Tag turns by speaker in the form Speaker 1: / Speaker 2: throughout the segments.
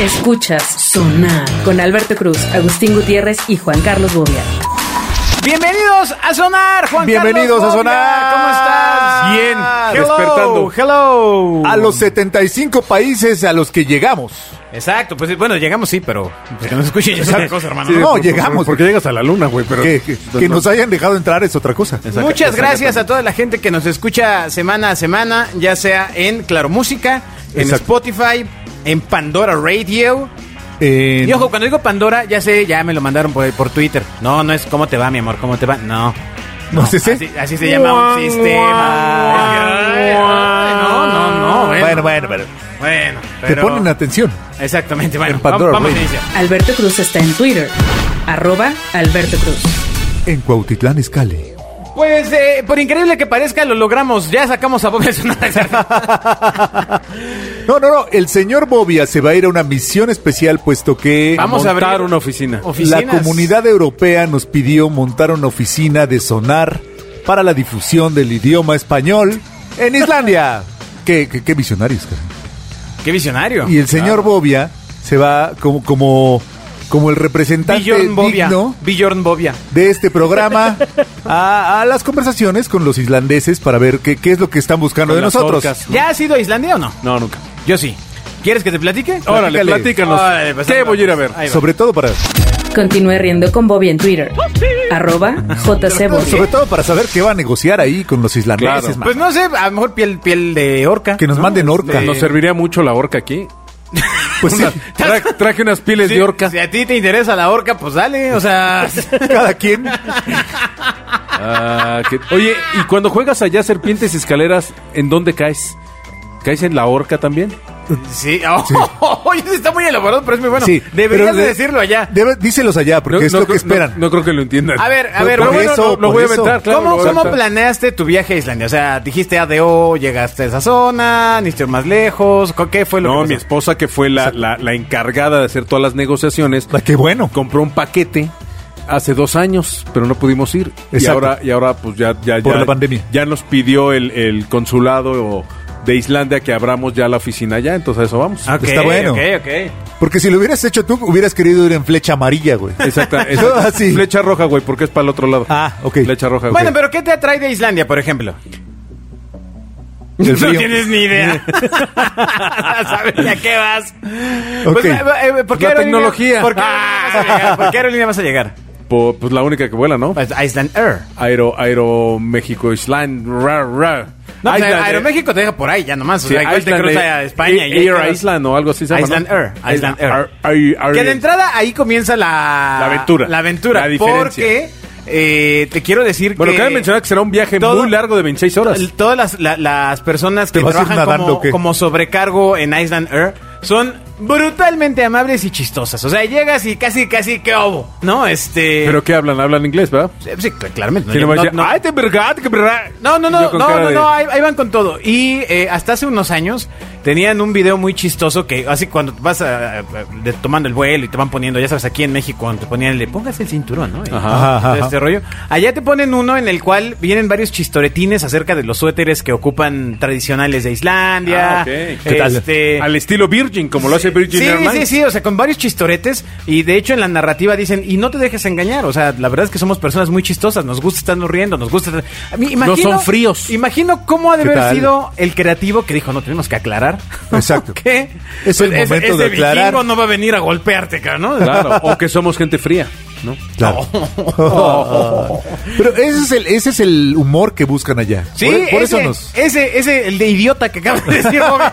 Speaker 1: Escuchas Sonar con Alberto Cruz, Agustín Gutiérrez y Juan Carlos Bobia.
Speaker 2: Bienvenidos a Sonar, Juan
Speaker 3: Bienvenidos
Speaker 2: Carlos
Speaker 3: a
Speaker 2: Bobia.
Speaker 3: Sonar.
Speaker 2: ¿Cómo estás?
Speaker 3: Bien,
Speaker 2: Hello,
Speaker 3: despertando.
Speaker 2: Hello.
Speaker 3: A los e- 75 países a los que llegamos.
Speaker 2: Exacto, pues bueno, llegamos sí, pero pues, que no se escuche yo otra cosa, hermano.
Speaker 3: Sí,
Speaker 2: No,
Speaker 3: por-
Speaker 4: Porque
Speaker 3: llegamos.
Speaker 4: llegas a la luna, güey? Pero
Speaker 3: que, que- que nos hayan dejado entrar es otra cosa.
Speaker 2: Muchas gracias a toda la gente que nos escucha semana a semana, ya sea en Claro Música, en
Speaker 3: Exacto.
Speaker 2: Spotify, en Pandora Radio.
Speaker 3: En-
Speaker 2: Y ojo, cuando digo Pandora, ya sé, ya me lo mandaron por, por Twitter. No, no es cómo te va, mi amor, cómo te va. No. ah,
Speaker 3: No, ¿sí, sí?
Speaker 2: Así, así se llama un sistema. Ay, no, no, no.
Speaker 3: bueno,
Speaker 2: Bueno,
Speaker 3: bueno, bueno.
Speaker 2: bueno.
Speaker 3: Te
Speaker 2: pero-
Speaker 3: ponen atención.
Speaker 2: Exactamente, bueno.
Speaker 3: en Pandora
Speaker 2: vamos a
Speaker 3: Radio.
Speaker 2: iniciar.
Speaker 1: Alberto Cruz está en Twitter, arroba Alberto Cruz.
Speaker 3: En Cuautitlán Escali.
Speaker 2: Pues, eh, por increíble que parezca, lo logramos. Ya sacamos a Bob de su
Speaker 3: No, no, no. El señor Bobia se va a ir a una misión especial puesto que
Speaker 2: Vamos a
Speaker 4: montar
Speaker 2: abrir
Speaker 4: una oficina.
Speaker 2: oficinas.
Speaker 3: la comunidad europea nos pidió montar una oficina de sonar para la difusión del idioma español en Islandia. qué, qué, qué visionarios, cara.
Speaker 2: Qué visionario.
Speaker 3: Y el señor Bobia se va como, como, como el representante
Speaker 2: Bjorn Bobia.
Speaker 3: digno
Speaker 2: Bjorn Bobia.
Speaker 3: de este programa a, a las conversaciones con los islandeses para ver qué, qué es lo que están buscando
Speaker 4: Con
Speaker 3: de
Speaker 4: las
Speaker 3: nosotros.
Speaker 4: orcas.
Speaker 2: ¿Ya has ido a Islandia o no?
Speaker 4: No, nunca.
Speaker 2: Yo sí. ¿Quieres que te platique?
Speaker 4: Órale, platícanos.
Speaker 2: Órale, pues,
Speaker 4: ¿Qué
Speaker 2: ahí
Speaker 4: voy a ir a
Speaker 2: vamos.
Speaker 4: ver?
Speaker 2: Ahí va.
Speaker 3: Sobre todo para
Speaker 1: Continúe riendo con Bobby en Twitter, arroba JC
Speaker 3: sobre
Speaker 1: Bobia.
Speaker 3: todo para saber qué va a negociar ahí con los islandeses.
Speaker 4: Claro.
Speaker 3: man.
Speaker 2: Pues no sé, a lo mejor piel, piel de orca. Este,
Speaker 3: que nos manden orca.
Speaker 4: Nos serviría mucho la orca aquí.
Speaker 3: Pues sí,
Speaker 4: Tra- traje unas piles
Speaker 2: Sí,
Speaker 4: de orca.
Speaker 2: Si a ti te interesa la orca, pues dale, o sea...
Speaker 3: cada quien.
Speaker 4: Ah, que- Oye, y cuando juegas allá serpientes y escaleras, ¿en dónde caes? ¿Caes en la orca también?
Speaker 2: sí, oye, está muy elaborado, pero es muy bueno.
Speaker 3: sí,
Speaker 2: Deberías
Speaker 3: pero
Speaker 2: de
Speaker 3: de-
Speaker 2: decirlo allá.
Speaker 3: debe- díselos allá, porque es lo
Speaker 4: creo-
Speaker 3: que esperan.
Speaker 4: No, no creo que lo entiendan.
Speaker 2: A ver, a
Speaker 3: Por-
Speaker 2: ver,
Speaker 3: por
Speaker 2: pero bueno,
Speaker 3: eso,
Speaker 4: lo- lo
Speaker 3: por
Speaker 4: voy a
Speaker 3: eso.
Speaker 4: aventar, claro.
Speaker 2: ¿Cómo,
Speaker 4: lo voy a
Speaker 2: cómo
Speaker 4: aventar.
Speaker 2: planeaste tu viaje a Islandia? O sea, dijiste ADO, llegaste a esa zona, necesito ir más lejos, ¿co- ¿qué fue lo
Speaker 4: No,
Speaker 2: que
Speaker 4: mi
Speaker 2: pasó?
Speaker 4: esposa que fue la, la- la encargada de hacer todas las negociaciones.
Speaker 3: Ah, qué bueno.
Speaker 4: Compró un paquete hace dos años, pero no pudimos ir. Y
Speaker 3: Exacto.
Speaker 4: ahora, y ahora pues ya, ya,
Speaker 3: Por
Speaker 4: ya-
Speaker 3: la pandemia.
Speaker 4: Ya nos pidió el, el consulado de Islandia que abramos ya la oficina allá, entonces a eso vamos.
Speaker 2: Ok,
Speaker 3: está bueno.
Speaker 2: Ok, ok.
Speaker 3: Porque si lo hubieras hecho tú, hubieras querido ir en flecha amarilla, güey.
Speaker 4: Exacta,
Speaker 3: No,
Speaker 2: Ah,
Speaker 4: exacta.
Speaker 3: así.
Speaker 4: Flecha roja, güey, porque es para el otro lado.
Speaker 3: Ah, ok.
Speaker 4: Flecha roja,
Speaker 2: Bueno,
Speaker 4: güey.
Speaker 2: pero ¿qué te atrae de Islandia, por ejemplo?
Speaker 3: El
Speaker 2: No
Speaker 3: frío.
Speaker 2: tienes ni idea. ¿Sabes a qué vas?
Speaker 3: Ok.
Speaker 2: eh, eh, ¿por qué
Speaker 4: La
Speaker 2: aerolínea-
Speaker 4: tecnología.
Speaker 2: ¿Por qué aerolínea vas a llegar? ¿Por qué aerolínea vas a llegar?
Speaker 4: Po- pues la única que vuela, ¿no?
Speaker 2: Pues Iceland Air.
Speaker 4: Aero, Aero México Island. Ra, ra.
Speaker 2: No, pues,
Speaker 4: Island, eh,
Speaker 2: Aeroméxico te deja por ahí, ya nomás. O
Speaker 4: Sí,
Speaker 2: sea, igual te
Speaker 4: Island,
Speaker 2: cruza
Speaker 4: eh,
Speaker 2: a España. y
Speaker 4: Air
Speaker 2: ahí te vas.
Speaker 4: Island o algo así se llama,
Speaker 2: Island
Speaker 4: ¿no?
Speaker 2: Air, Island Air.
Speaker 4: Ar- Air- Air-
Speaker 2: Que de entrada ahí comienza la...
Speaker 4: La aventura.
Speaker 2: La aventura.
Speaker 4: La diferencia.
Speaker 2: Porque eh, te quiero decir
Speaker 4: Bueno,
Speaker 2: que...
Speaker 4: cabe mencionar que será un viaje
Speaker 2: todo-
Speaker 4: muy largo de 26 horas.
Speaker 2: el- Todas las, la- las personas que
Speaker 3: vas a ir
Speaker 2: trabajan
Speaker 3: nadando,
Speaker 2: como,
Speaker 3: ¿o qué?
Speaker 2: como sobrecargo en Island Air son brutalmente amables y chistosas. O sea, llegas y casi, casi, ¿qué obo? ¿No? Este...
Speaker 4: ¿Pero qué hablan? Hablan inglés, ¿verdad?
Speaker 2: Sí, sí, claramente.
Speaker 4: Sí,
Speaker 2: yo-
Speaker 4: no, me decía, "Ay, te vergad, que verá".
Speaker 2: No, no,
Speaker 4: Yo
Speaker 2: no, no,
Speaker 4: con cara
Speaker 2: no,
Speaker 4: de-
Speaker 2: no, ahí, ahí van con todo. Y eh, hasta hace unos años tenían un video muy chistoso que así cuando vas a- a- de- tomando el vuelo y te van poniendo, ya sabes, aquí en México cuando te ponían, le pongas el cinturón, ¿no? Y
Speaker 4: Ajá,
Speaker 3: ajá,
Speaker 2: todo
Speaker 3: ajá.
Speaker 2: este rollo. Allá te ponen uno en el cual vienen varios chistoretines acerca de los suéteres que ocupan tradicionales de Islandia.
Speaker 4: Ah, ok. ¿Qué
Speaker 3: tal?
Speaker 2: Este,
Speaker 4: Al estilo Virgin, como lo hace Virgin
Speaker 2: sí,
Speaker 4: Airlines.
Speaker 2: sí, sí, o sea, con varios chistoretes y de hecho en la narrativa dicen, y no te dejes engañar, o sea, la verdad es que somos personas muy chistosas, nos gusta estarnos riendo, nos gusta... estar- A mí, imagino,
Speaker 4: son fríos.
Speaker 2: Imagino cómo ha de
Speaker 3: ¿Qué
Speaker 2: haber
Speaker 3: tal?
Speaker 2: sido el creativo que dijo, no, tenemos que aclarar.
Speaker 3: Exacto.
Speaker 2: que
Speaker 3: Es el
Speaker 2: ese-
Speaker 3: momento
Speaker 2: ese
Speaker 3: de aclarar.
Speaker 2: vikingo no va a venir a golpearte, cara, ¿no?
Speaker 4: Claro, o que somos gente fría, ¿no?
Speaker 3: Claro. Pero ese es, el, ese es el humor que buscan allá.
Speaker 2: Sí,
Speaker 3: por, por
Speaker 2: ese,
Speaker 3: eso nos...
Speaker 2: ese, ese, el de idiota que acabas de decir, Bobby.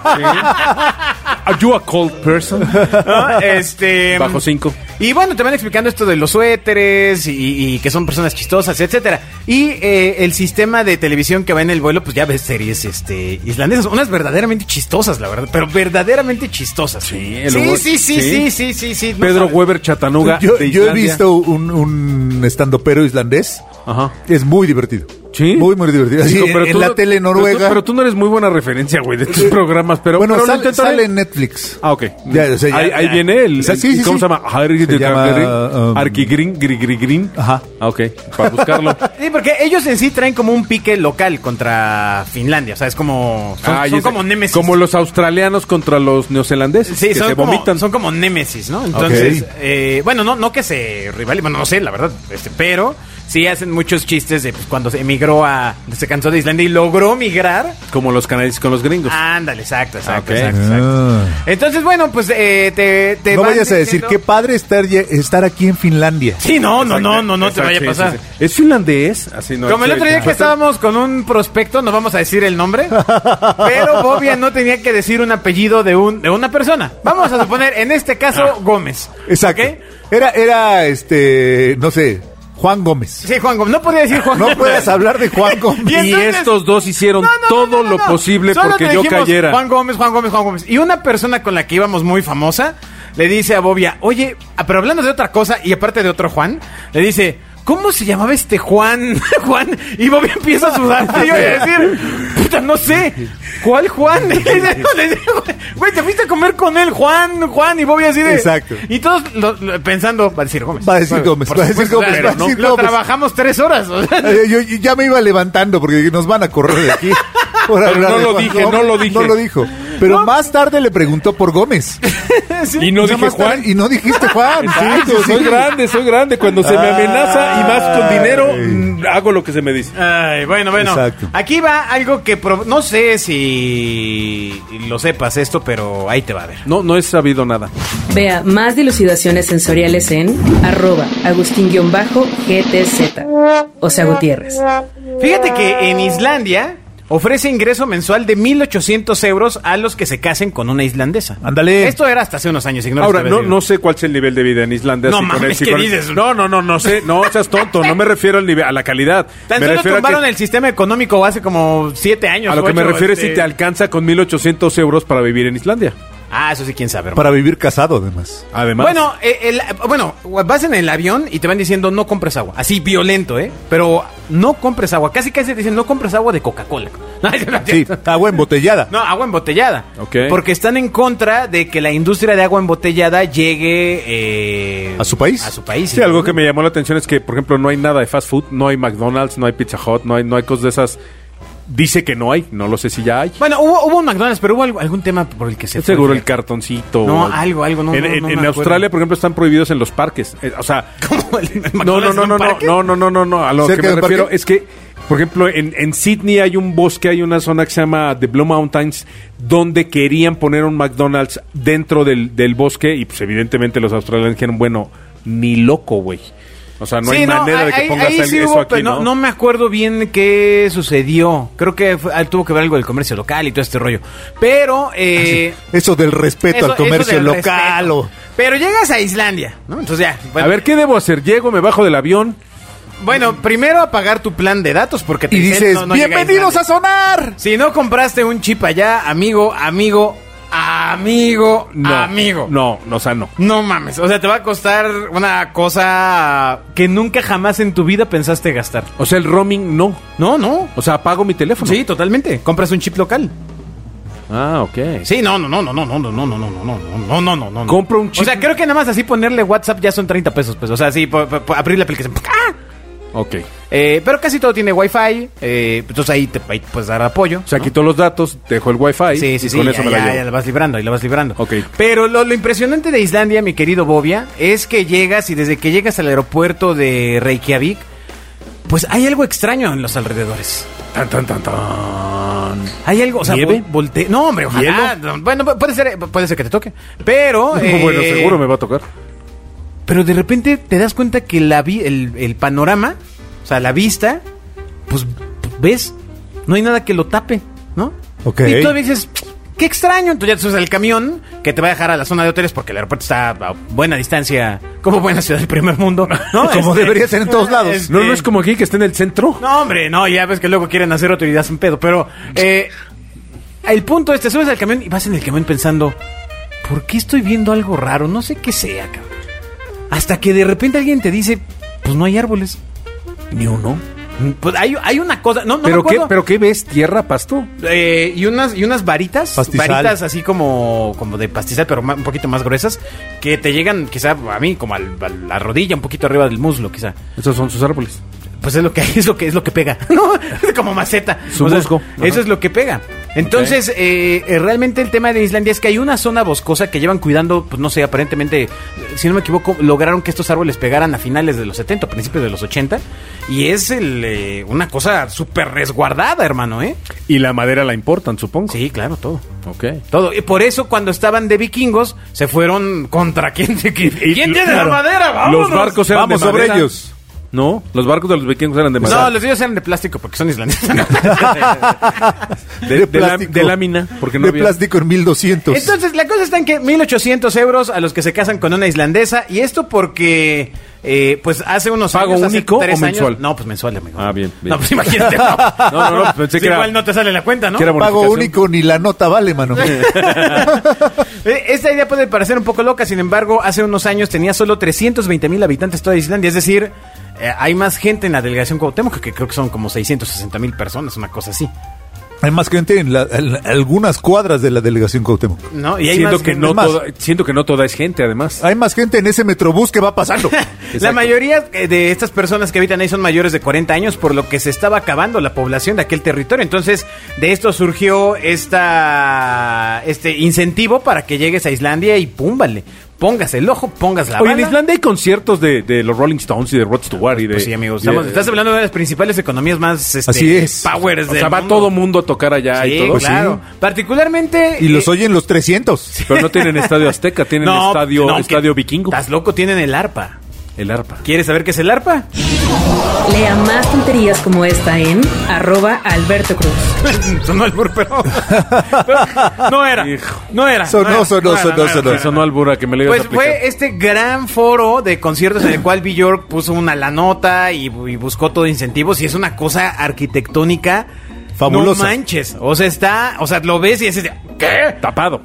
Speaker 4: Are you a cold person?
Speaker 2: ¿No? Este...
Speaker 4: Bajo 5.
Speaker 2: Y bueno, te van explicando esto de los suéteres y, y que son personas chistosas, etcétera. Y eh, el sistema de televisión que va en el vuelo, pues ya ves series este, islandesas, unas verdaderamente chistosas, la verdad, pero verdaderamente chistosas.
Speaker 4: Sí, el
Speaker 2: sí,
Speaker 4: humor-
Speaker 2: sí, sí, sí,
Speaker 4: sí.
Speaker 2: sí, sí, sí, no
Speaker 4: Pedro
Speaker 2: sabes.
Speaker 4: Weber Chatanuga.
Speaker 3: Yo,
Speaker 4: de
Speaker 3: yo he
Speaker 4: Islandia.
Speaker 3: visto un, un estandopero islandés.
Speaker 4: Ajá.
Speaker 3: Es muy divertido.
Speaker 4: Sí.
Speaker 3: Muy, muy divertida. Sí,
Speaker 4: Digo,
Speaker 3: en,
Speaker 4: pero
Speaker 3: en
Speaker 4: tú
Speaker 3: la
Speaker 4: no-
Speaker 3: tele
Speaker 4: pero tú-
Speaker 3: noruega.
Speaker 4: Pero tú, no eres muy buena referencia, güey, de tus programas. Pero,
Speaker 3: bueno,
Speaker 4: pero lo
Speaker 3: sal-
Speaker 4: intentaré.
Speaker 3: sale en Netflix.
Speaker 4: Ah, ok.
Speaker 3: Ya, o sea, ya-
Speaker 4: ahí, ahí
Speaker 3: ya.
Speaker 4: viene el.
Speaker 3: O sea, sí,
Speaker 4: el-
Speaker 3: sí, sí.
Speaker 4: ¿Cómo se llama? Harry
Speaker 3: Se
Speaker 4: de
Speaker 3: llama,
Speaker 4: Cargrin,
Speaker 3: um,
Speaker 4: Arquigrin, gri, gri, grin.
Speaker 3: Ajá.
Speaker 4: Ah, ok. Para buscarlo.
Speaker 2: Sí, porque ellos en sí traen como un pique local contra Finlandia. O sea, es como. Son,
Speaker 4: Ah,
Speaker 2: son
Speaker 4: ya sé.
Speaker 2: como némesis.
Speaker 4: Como los australianos contra los neozelandeses.
Speaker 2: Sí,
Speaker 4: que
Speaker 2: son
Speaker 4: se
Speaker 2: como,
Speaker 4: vomitan.
Speaker 2: son como némesis, ¿no? Entonces,
Speaker 3: Ok.
Speaker 2: eh, bueno, no, no que se rival, bueno, no sé, la verdad, este, pero sí hacen muchos chistes de pues, cuando se emigró a, se cansó de Islandia y logró migrar.
Speaker 4: Como los canadienses con los gringos.
Speaker 2: Ándale, exacto, exacto,
Speaker 4: ok.
Speaker 2: exacto, exacto.
Speaker 3: Ah.
Speaker 2: Entonces, bueno, pues eh, te, te
Speaker 3: No
Speaker 2: van
Speaker 3: vayas a decir,
Speaker 2: diciendo-
Speaker 3: qué padre estar, ya- estar aquí en Finlandia.
Speaker 2: Sí, no, no, no, no, no te
Speaker 4: Exacto,
Speaker 2: vaya a
Speaker 4: sí,
Speaker 2: pasar.
Speaker 4: sí, sí. ¿Es finlandés? Así no.
Speaker 2: Como el
Speaker 4: sí,
Speaker 2: otro día
Speaker 4: ya.
Speaker 2: que estábamos con un prospecto, no vamos a decir el nombre, pero Bobia no tenía que decir un apellido de un de una persona. Vamos a suponer, en este
Speaker 4: Ah.
Speaker 2: caso, Gómez.
Speaker 3: Exacto.
Speaker 2: ¿ok?
Speaker 3: Era, era, este, no sé, Juan Gómez.
Speaker 2: Sí, Juan Gómez. No podía decir Juan
Speaker 3: No
Speaker 2: Gómez.
Speaker 3: puedes hablar de Juan
Speaker 2: Y
Speaker 3: Gómez.
Speaker 4: Y
Speaker 2: entonces-
Speaker 4: estos dos hicieron
Speaker 2: No, no, no,
Speaker 4: todo
Speaker 2: no, no,
Speaker 4: lo
Speaker 2: no.
Speaker 4: posible
Speaker 2: Solo
Speaker 4: porque
Speaker 2: te
Speaker 4: yo
Speaker 2: dijimos,
Speaker 4: cayera.
Speaker 2: Juan Gómez, Juan Gómez, Juan Gómez. Y una persona con la que íbamos muy famosa le dice a Bobia, oye, ah, pero hablando de otra cosa y aparte de otro Juan, le dice, ¿cómo se llamaba este Juan? Juan. Y Bobia empieza a sudar frío y a decir, puta, no sé, ¿cuál Juan? Le dice- le dice, Güey, te fuiste a comer con él, Juan, Juan. Y Bobia así de.
Speaker 3: Exacto.
Speaker 2: Y todos lo- lo- pensando, va a decir Gómez.
Speaker 3: Va a decir Gómez,
Speaker 2: Por
Speaker 3: va a decir
Speaker 2: supuesto,
Speaker 3: Gómez,
Speaker 2: claro,
Speaker 3: va a
Speaker 2: ¿no?
Speaker 3: decir
Speaker 2: Lo
Speaker 3: Gómez.
Speaker 2: trabajamos tres horas. o sea,
Speaker 3: Eh, yo- yo ya me iba levantando porque nos van a correr de aquí. por
Speaker 4: Pero
Speaker 3: hablar
Speaker 4: no
Speaker 3: de
Speaker 4: lo
Speaker 3: Juan
Speaker 4: dije,
Speaker 3: Gómez.
Speaker 4: no lo dije.
Speaker 3: No lo dijo. Pero más tarde le preguntó por Gómez.
Speaker 2: sí.
Speaker 4: Y no
Speaker 3: O sea,
Speaker 4: dije
Speaker 3: más tarde-
Speaker 4: Juan.
Speaker 3: Y no dijiste Juan.
Speaker 4: Exacto,
Speaker 3: sí, sí.
Speaker 4: soy grande, soy grande. Cuando se me amenaza y más con dinero,
Speaker 3: Ay.
Speaker 4: mm, hago lo que se me dice.
Speaker 2: Ay, bueno, bueno.
Speaker 3: Exacto.
Speaker 2: Aquí va algo que pro- no sé si lo sepas esto, pero ahí te va a ver.
Speaker 4: No, no he sabido nada.
Speaker 1: Vea más dilucidaciones sensoriales en arroba agustín-gtz. O sea, Gutiérrez.
Speaker 2: Fíjate que en Islandia ofrece ingreso mensual de 1.800 euros a los que se casen con una islandesa.
Speaker 3: Ándale.
Speaker 2: Esto era hasta hace unos años. ignoro
Speaker 4: Ahora,
Speaker 2: si te
Speaker 4: no,
Speaker 2: había
Speaker 4: no
Speaker 2: sido.
Speaker 4: sé cuál es el nivel de vida en Islandia.
Speaker 2: No
Speaker 4: si con
Speaker 2: mames,
Speaker 4: él, si
Speaker 2: ¿qué
Speaker 4: con él.
Speaker 2: dices?
Speaker 4: No, no, no, no sé. No seas tonto. No me refiero al nivel, a la calidad.
Speaker 2: Tan
Speaker 4: me
Speaker 2: solo
Speaker 4: refiero
Speaker 2: tumbaron
Speaker 4: a que,
Speaker 2: el sistema económico hace como siete años.
Speaker 4: a lo que me
Speaker 2: ocho,
Speaker 4: refiero es
Speaker 2: este-
Speaker 4: si te alcanza con 1.800 euros para vivir en Islandia.
Speaker 2: Ah, eso sí, quién sabe. hermano.
Speaker 3: Para vivir casado, además.
Speaker 4: Además.
Speaker 2: Bueno, eh, el- bueno, vas en el avión y te van diciendo no compres agua. Así violento, ¿eh? Pero no compres agua. Casi casi te dicen no compres agua de Coca-Cola. No, no, no,
Speaker 3: Sí, agua embotellada.
Speaker 2: No, agua embotellada.
Speaker 4: Ok.
Speaker 2: Porque están en contra de que la industria de agua embotellada llegue eh,
Speaker 3: ¿A su país?
Speaker 2: A su país.
Speaker 4: Sí, algo que me llamó la atención es que, por ejemplo, no hay nada de fast food, no hay McDonald's, no hay Pizza Hut, no hay, no hay cosas de esas. Dice que no hay, no lo sé si ya hay.
Speaker 2: Bueno, hubo, hubo un McDonald's, pero hubo algo- algún tema por el que se. fue,
Speaker 4: Seguro el
Speaker 2: fíjate.
Speaker 4: cartoncito.
Speaker 2: No,
Speaker 4: o-
Speaker 2: algo, algo, no,
Speaker 4: En,
Speaker 2: no, no
Speaker 4: en-
Speaker 2: me
Speaker 4: en
Speaker 2: acuerdo.
Speaker 4: Australia, por ejemplo, están prohibidos en los parques. Eh, o sea,
Speaker 2: ¿Cómo? ¿El McDonald's
Speaker 4: no, no,
Speaker 2: en
Speaker 4: no,
Speaker 2: un
Speaker 4: no, no,
Speaker 2: parque?
Speaker 4: no, no, no, no, no, A lo que
Speaker 3: ¿Cerca
Speaker 4: me
Speaker 3: del
Speaker 4: refiero
Speaker 3: parque?
Speaker 4: es que, por ejemplo, en, en Sydney hay un bosque, hay una zona que se llama The Blue Mountains, donde querían poner un McDonald's dentro del, del bosque y, pues, evidentemente, los australianos dijeron, bueno, ni loco, güey. O sea, no
Speaker 2: Sí,
Speaker 4: hay manera de que
Speaker 2: ahí-
Speaker 4: pongas
Speaker 2: ahí
Speaker 4: el-
Speaker 2: sí
Speaker 4: eso
Speaker 2: hubo,
Speaker 4: aquí,
Speaker 2: pero
Speaker 4: ¿no?
Speaker 2: ¿no? no me acuerdo bien qué sucedió. Creo que fue- ah, tuvo que ver algo del comercio local y todo este rollo. Pero...
Speaker 4: Ah,
Speaker 2: Eh,
Speaker 3: Eso del respeto
Speaker 2: eso-
Speaker 3: al
Speaker 2: eso
Speaker 3: comercio
Speaker 2: del
Speaker 3: local.
Speaker 2: respeto.
Speaker 3: o-
Speaker 2: Pero llegas a Islandia, ¿no? Entonces ya... bueno,
Speaker 4: A ver, ¿qué debo hacer? ¿Llego, me bajo del avión?
Speaker 2: Bueno, primero apagar tu plan de datos porque te
Speaker 3: Y
Speaker 2: dicen,
Speaker 3: dices,
Speaker 2: no, no llega
Speaker 3: bienvenidos
Speaker 2: Islandia".
Speaker 3: a sonar.
Speaker 2: Si no compraste un chip allá, amigo, amigo, amigo,
Speaker 4: No.
Speaker 2: amigo.
Speaker 4: No, no, o sea, no.
Speaker 2: No mames, o sea, te va a costar una cosa que nunca jamás en tu vida pensaste gastar.
Speaker 4: O sea, el roaming no.
Speaker 2: No, no.
Speaker 4: O sea, apago mi teléfono.
Speaker 2: Sí, totalmente. Compras un chip local.
Speaker 4: Ah, ok.
Speaker 2: Sí, no, no, no, no, no, no, no, no, no, no, no, no, no, no, no, no.
Speaker 4: Compro un chip.
Speaker 2: O sea, creo que nada más así ponerle WhatsApp ya son 30 pesos, pues. O sea, sí, po- po- po- abrir la aplicación. ¡Ah!
Speaker 4: Ok.
Speaker 2: Eh, pero casi todo tiene Wi-Fi. Eh, entonces ahí te ahí te puedes dar apoyo.
Speaker 4: O sea, quito los datos, dejo el wifi
Speaker 2: Sí, sí,
Speaker 4: y
Speaker 2: sí.
Speaker 4: con
Speaker 2: ya,
Speaker 4: eso me la
Speaker 2: ya,
Speaker 4: llevo.
Speaker 2: ya la vas librando, y la vas librando.
Speaker 4: Ok.
Speaker 2: Pero lo, lo impresionante de Islandia, mi querido Bobia, es que llegas y desde que llegas al aeropuerto de Reykjavik, pues hay algo extraño en los alrededores.
Speaker 4: Tan, tan, tan, tan.
Speaker 2: Hay algo, o sea,
Speaker 4: ¿Nieve?
Speaker 2: vol- volte- No, hombre, ojalá. No, Bueno, pu- puede ser, puede ser que te toque. Pero. eh,
Speaker 4: bueno, seguro me va a tocar.
Speaker 2: Pero de repente te das cuenta que la vi- el, el panorama, o sea, la vista, pues ves, no hay nada que lo tape, ¿no?
Speaker 3: Ok.
Speaker 2: Y todavía dices, qué extraño. Entonces ya te subes al camión que te va a dejar a la zona de hoteles porque el aeropuerto está a buena distancia, como buena ciudad del primer mundo, ¿no?
Speaker 3: Como debería ser en todos lados.
Speaker 2: este-
Speaker 4: No, no es como aquí que esté en el centro.
Speaker 2: no, hombre, no, ya ves que luego quieren hacer autoridad sin pedo, pero eh, el punto es, te subes al camión y vas en el camión pensando, ¿por qué estoy viendo algo raro? No sé qué sea, cabrón. Hasta que de repente alguien te dice, pues no hay árboles. Ni uno. Pues hay, hay una cosa, no, no me
Speaker 4: ¿Pero, qué,
Speaker 2: acuerdo.
Speaker 4: ¿Pero qué ves? ¿Tierra, pasto?
Speaker 2: Eh, y unas y unas varitas,
Speaker 3: Pastizal.
Speaker 2: varitas así como como de pastizal, pero ma- un poquito más gruesas, que te llegan quizá a mí como al- a la rodilla, un poquito arriba del muslo, quizá.
Speaker 4: Esos son sus árboles.
Speaker 2: Pues es lo que es lo que es lo que pega, ¿no? Es como maceta.
Speaker 4: Su musgo. Ajá.
Speaker 2: Eso es lo que pega. Entonces, eh, eh, realmente el tema de Islandia es que hay una zona boscosa que llevan cuidando, pues no sé, aparentemente, si no me equivoco, lograron que estos árboles pegaran a finales de los 70, principios de los 80, y es el, eh, una cosa súper resguardada, hermano, ¿eh?
Speaker 4: Y la madera la importan, supongo.
Speaker 2: Sí, claro, todo.
Speaker 4: Ok.
Speaker 2: Todo. Y por eso cuando estaban de vikingos, se fueron contra quién, te- quién tiene
Speaker 4: claro.
Speaker 2: la madera. Vámonos.
Speaker 4: Los barcos eran
Speaker 3: Vamos
Speaker 4: de
Speaker 3: sobre
Speaker 4: madera.
Speaker 3: ellos.
Speaker 4: No, los barcos de los vikingos eran de madera.
Speaker 2: No, los ellos eran de plástico porque son islandeses.
Speaker 4: de, de la- de lámina, porque no
Speaker 3: de
Speaker 4: había-
Speaker 3: plástico en 1200.
Speaker 2: Entonces, la cosa está en que 1800 euros a los que se casan con una islandesa. Y esto porque, eh, pues hace unos
Speaker 4: ¿Pago
Speaker 2: años. hace
Speaker 4: único
Speaker 2: tres
Speaker 4: o mensual?
Speaker 2: años- no, pues mensual, amigo.
Speaker 4: Ah, bien, bien.
Speaker 2: No, pues imagínate. No,
Speaker 4: No, no, no, pensé
Speaker 2: Sí,
Speaker 4: que era-
Speaker 2: igual no te sale la cuenta, ¿no?
Speaker 4: que era
Speaker 3: Pago
Speaker 4: bonificación.
Speaker 3: único ni la nota vale, mano.
Speaker 2: Eh, Esta idea puede parecer un poco loca, sin embargo, hace unos años tenía solo 320 mil habitantes toda Islandia, es decir, eh, hay más gente en la delegación Cuauhtémoc que creo que son como 660 mil personas, una cosa así,
Speaker 3: Además que en, la- en algunas cuadras de la delegación Cuauhtémoc.
Speaker 2: ¿no? Y hay
Speaker 4: siento,
Speaker 2: más
Speaker 4: que
Speaker 2: gente-
Speaker 4: no
Speaker 3: es más.
Speaker 4: toda, siento que no toda es gente, además.
Speaker 3: Hay más gente en ese metrobús que va pasando.
Speaker 2: La mayoría eh, de estas personas que habitan ahí son mayores de 40 años, por lo que se estaba acabando la población de aquel territorio. Entonces, de esto surgió esta este incentivo para que llegues a Islandia y púmbale, pongas el ojo, pongas la
Speaker 4: Oye, en
Speaker 2: bala.
Speaker 4: Islandia hay conciertos de, de los Rolling Stones y de Rod Stewart y de...
Speaker 2: Pues sí, amigos.
Speaker 4: y de-
Speaker 2: estamos- estás hablando de las principales economías más este,
Speaker 3: Así es.
Speaker 2: powers
Speaker 4: eh. O
Speaker 2: del
Speaker 4: sea, va
Speaker 2: mundo.
Speaker 4: todo mundo a tocar allá
Speaker 2: Sí,
Speaker 4: y todo. Pues
Speaker 2: claro. Particularmente.
Speaker 3: y los
Speaker 2: eh,
Speaker 3: oyen los 300.
Speaker 4: Pero no tienen estadio azteca, tienen
Speaker 2: no,
Speaker 4: estadio,
Speaker 2: no, que-
Speaker 4: estadio vikingo.
Speaker 2: Estás loco, tienen el arpa.
Speaker 4: El arpa.
Speaker 2: ¿Quieres saber qué es el arpa?
Speaker 1: Lea más tonterías como esta en arroba Alberto Cruz.
Speaker 2: sonó albur, pero. pero no era.
Speaker 4: Hijo.
Speaker 2: No era.
Speaker 3: Sonó,
Speaker 2: no era,
Speaker 3: sonó,
Speaker 2: no era,
Speaker 3: sonó,
Speaker 2: no era,
Speaker 3: sonó.
Speaker 2: no era.
Speaker 4: Eso no albura que me le ibas
Speaker 2: Pues
Speaker 4: a aplicar.
Speaker 2: fue este gran foro de conciertos en el cual Bill York puso una la nota y, y buscó todo incentivos y es una cosa arquitectónica
Speaker 3: Fabulosa.
Speaker 2: No manches, o sea, está, o sea, lo ves y es ¿qué?
Speaker 4: Tapado,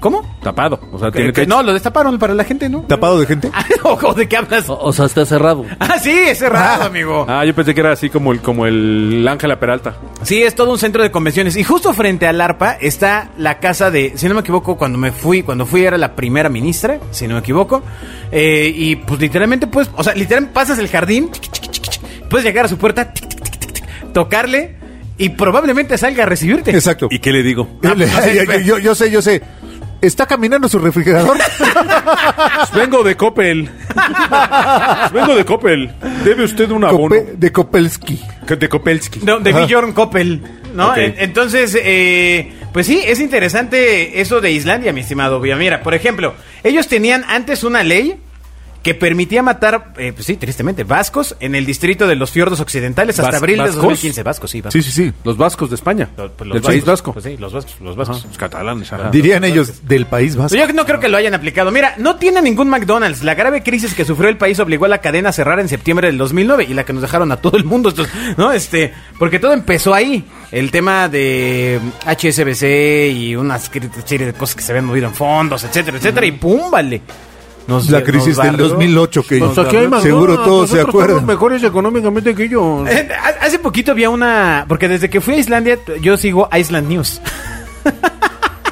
Speaker 2: ¿Cómo?
Speaker 4: tapado. O sea, tiene
Speaker 2: Que-
Speaker 4: que...
Speaker 2: no, lo destaparon para la gente, ¿no?
Speaker 3: Tapado de gente.
Speaker 2: ¿O de qué hablas?
Speaker 5: O, o sea, está cerrado.
Speaker 2: Ah, sí, es cerrado, amigo.
Speaker 4: Ah, yo pensé que era así como el como el Ángela Peralta.
Speaker 2: Sí, es todo un centro de convenciones. Y justo frente al ARPA está la casa de, si no me equivoco, cuando me fui, cuando fui era la primera ministra, si no me equivoco. Eh, y pues literalmente, pues, o sea, literalmente pasas el jardín, chiqui, chiqui, chiqui, chiqui, puedes llegar a su puerta, tic, tic, tic, tic, tic, tocarle y probablemente salga a recibirte.
Speaker 3: Exacto.
Speaker 4: ¿Y qué le digo?
Speaker 3: yo, yo- yo sé, yo sé. ¿Está caminando su refrigerador?
Speaker 4: Pues vengo de Coppel. Pues, vengo de Coppel. Debe usted un abono.
Speaker 3: Cope- de Kopelski.
Speaker 4: Que- De Copelski.
Speaker 2: No, de
Speaker 3: Ajá.
Speaker 2: Bjorn Koppel, ¿no?
Speaker 4: Ok.
Speaker 2: En- Entonces, eh, pues sí, es interesante eso de Islandia, mi estimado Villa. Mira, por ejemplo, ellos tenían antes una ley que permitía matar, eh, pues sí, tristemente, vascos en el distrito de los fiordos occidentales hasta
Speaker 4: ¿Vas-
Speaker 2: abril
Speaker 4: vascos?
Speaker 2: de 2015. Vascos, sí, vascos.
Speaker 3: Sí, sí, sí.
Speaker 4: Los vascos de España.
Speaker 2: Lo- pues, los
Speaker 4: del país vasco.
Speaker 2: Pues sí, los vascos, los vascos.
Speaker 4: Los catalanes. ajá.
Speaker 3: Dirían ellos del país vasco.
Speaker 2: Yo no creo que lo hayan aplicado. Mira, no tiene ningún McDonald's. La grave crisis que sufrió el país obligó a la cadena a cerrar en septiembre del 2009 y la que nos dejaron a todo el mundo. Estos, ¿no? este, porque todo empezó ahí. El tema de mm, HSBC y unas cri- serie de cosas que se habían movido en fondos, etcétera, etcétera. Y pum, vale. Nos-
Speaker 3: La
Speaker 2: nos
Speaker 3: crisis del
Speaker 2: barrió.
Speaker 3: 2008 que
Speaker 4: Pues aquí hay más
Speaker 3: seguro
Speaker 4: gordas,
Speaker 3: todos se
Speaker 4: nosotros
Speaker 3: acuerdan.
Speaker 4: somos mejores económicamente que ellos.
Speaker 2: Eh, ha- Hace poquito había una. Porque desde que fui a Islandia, yo sigo Island News.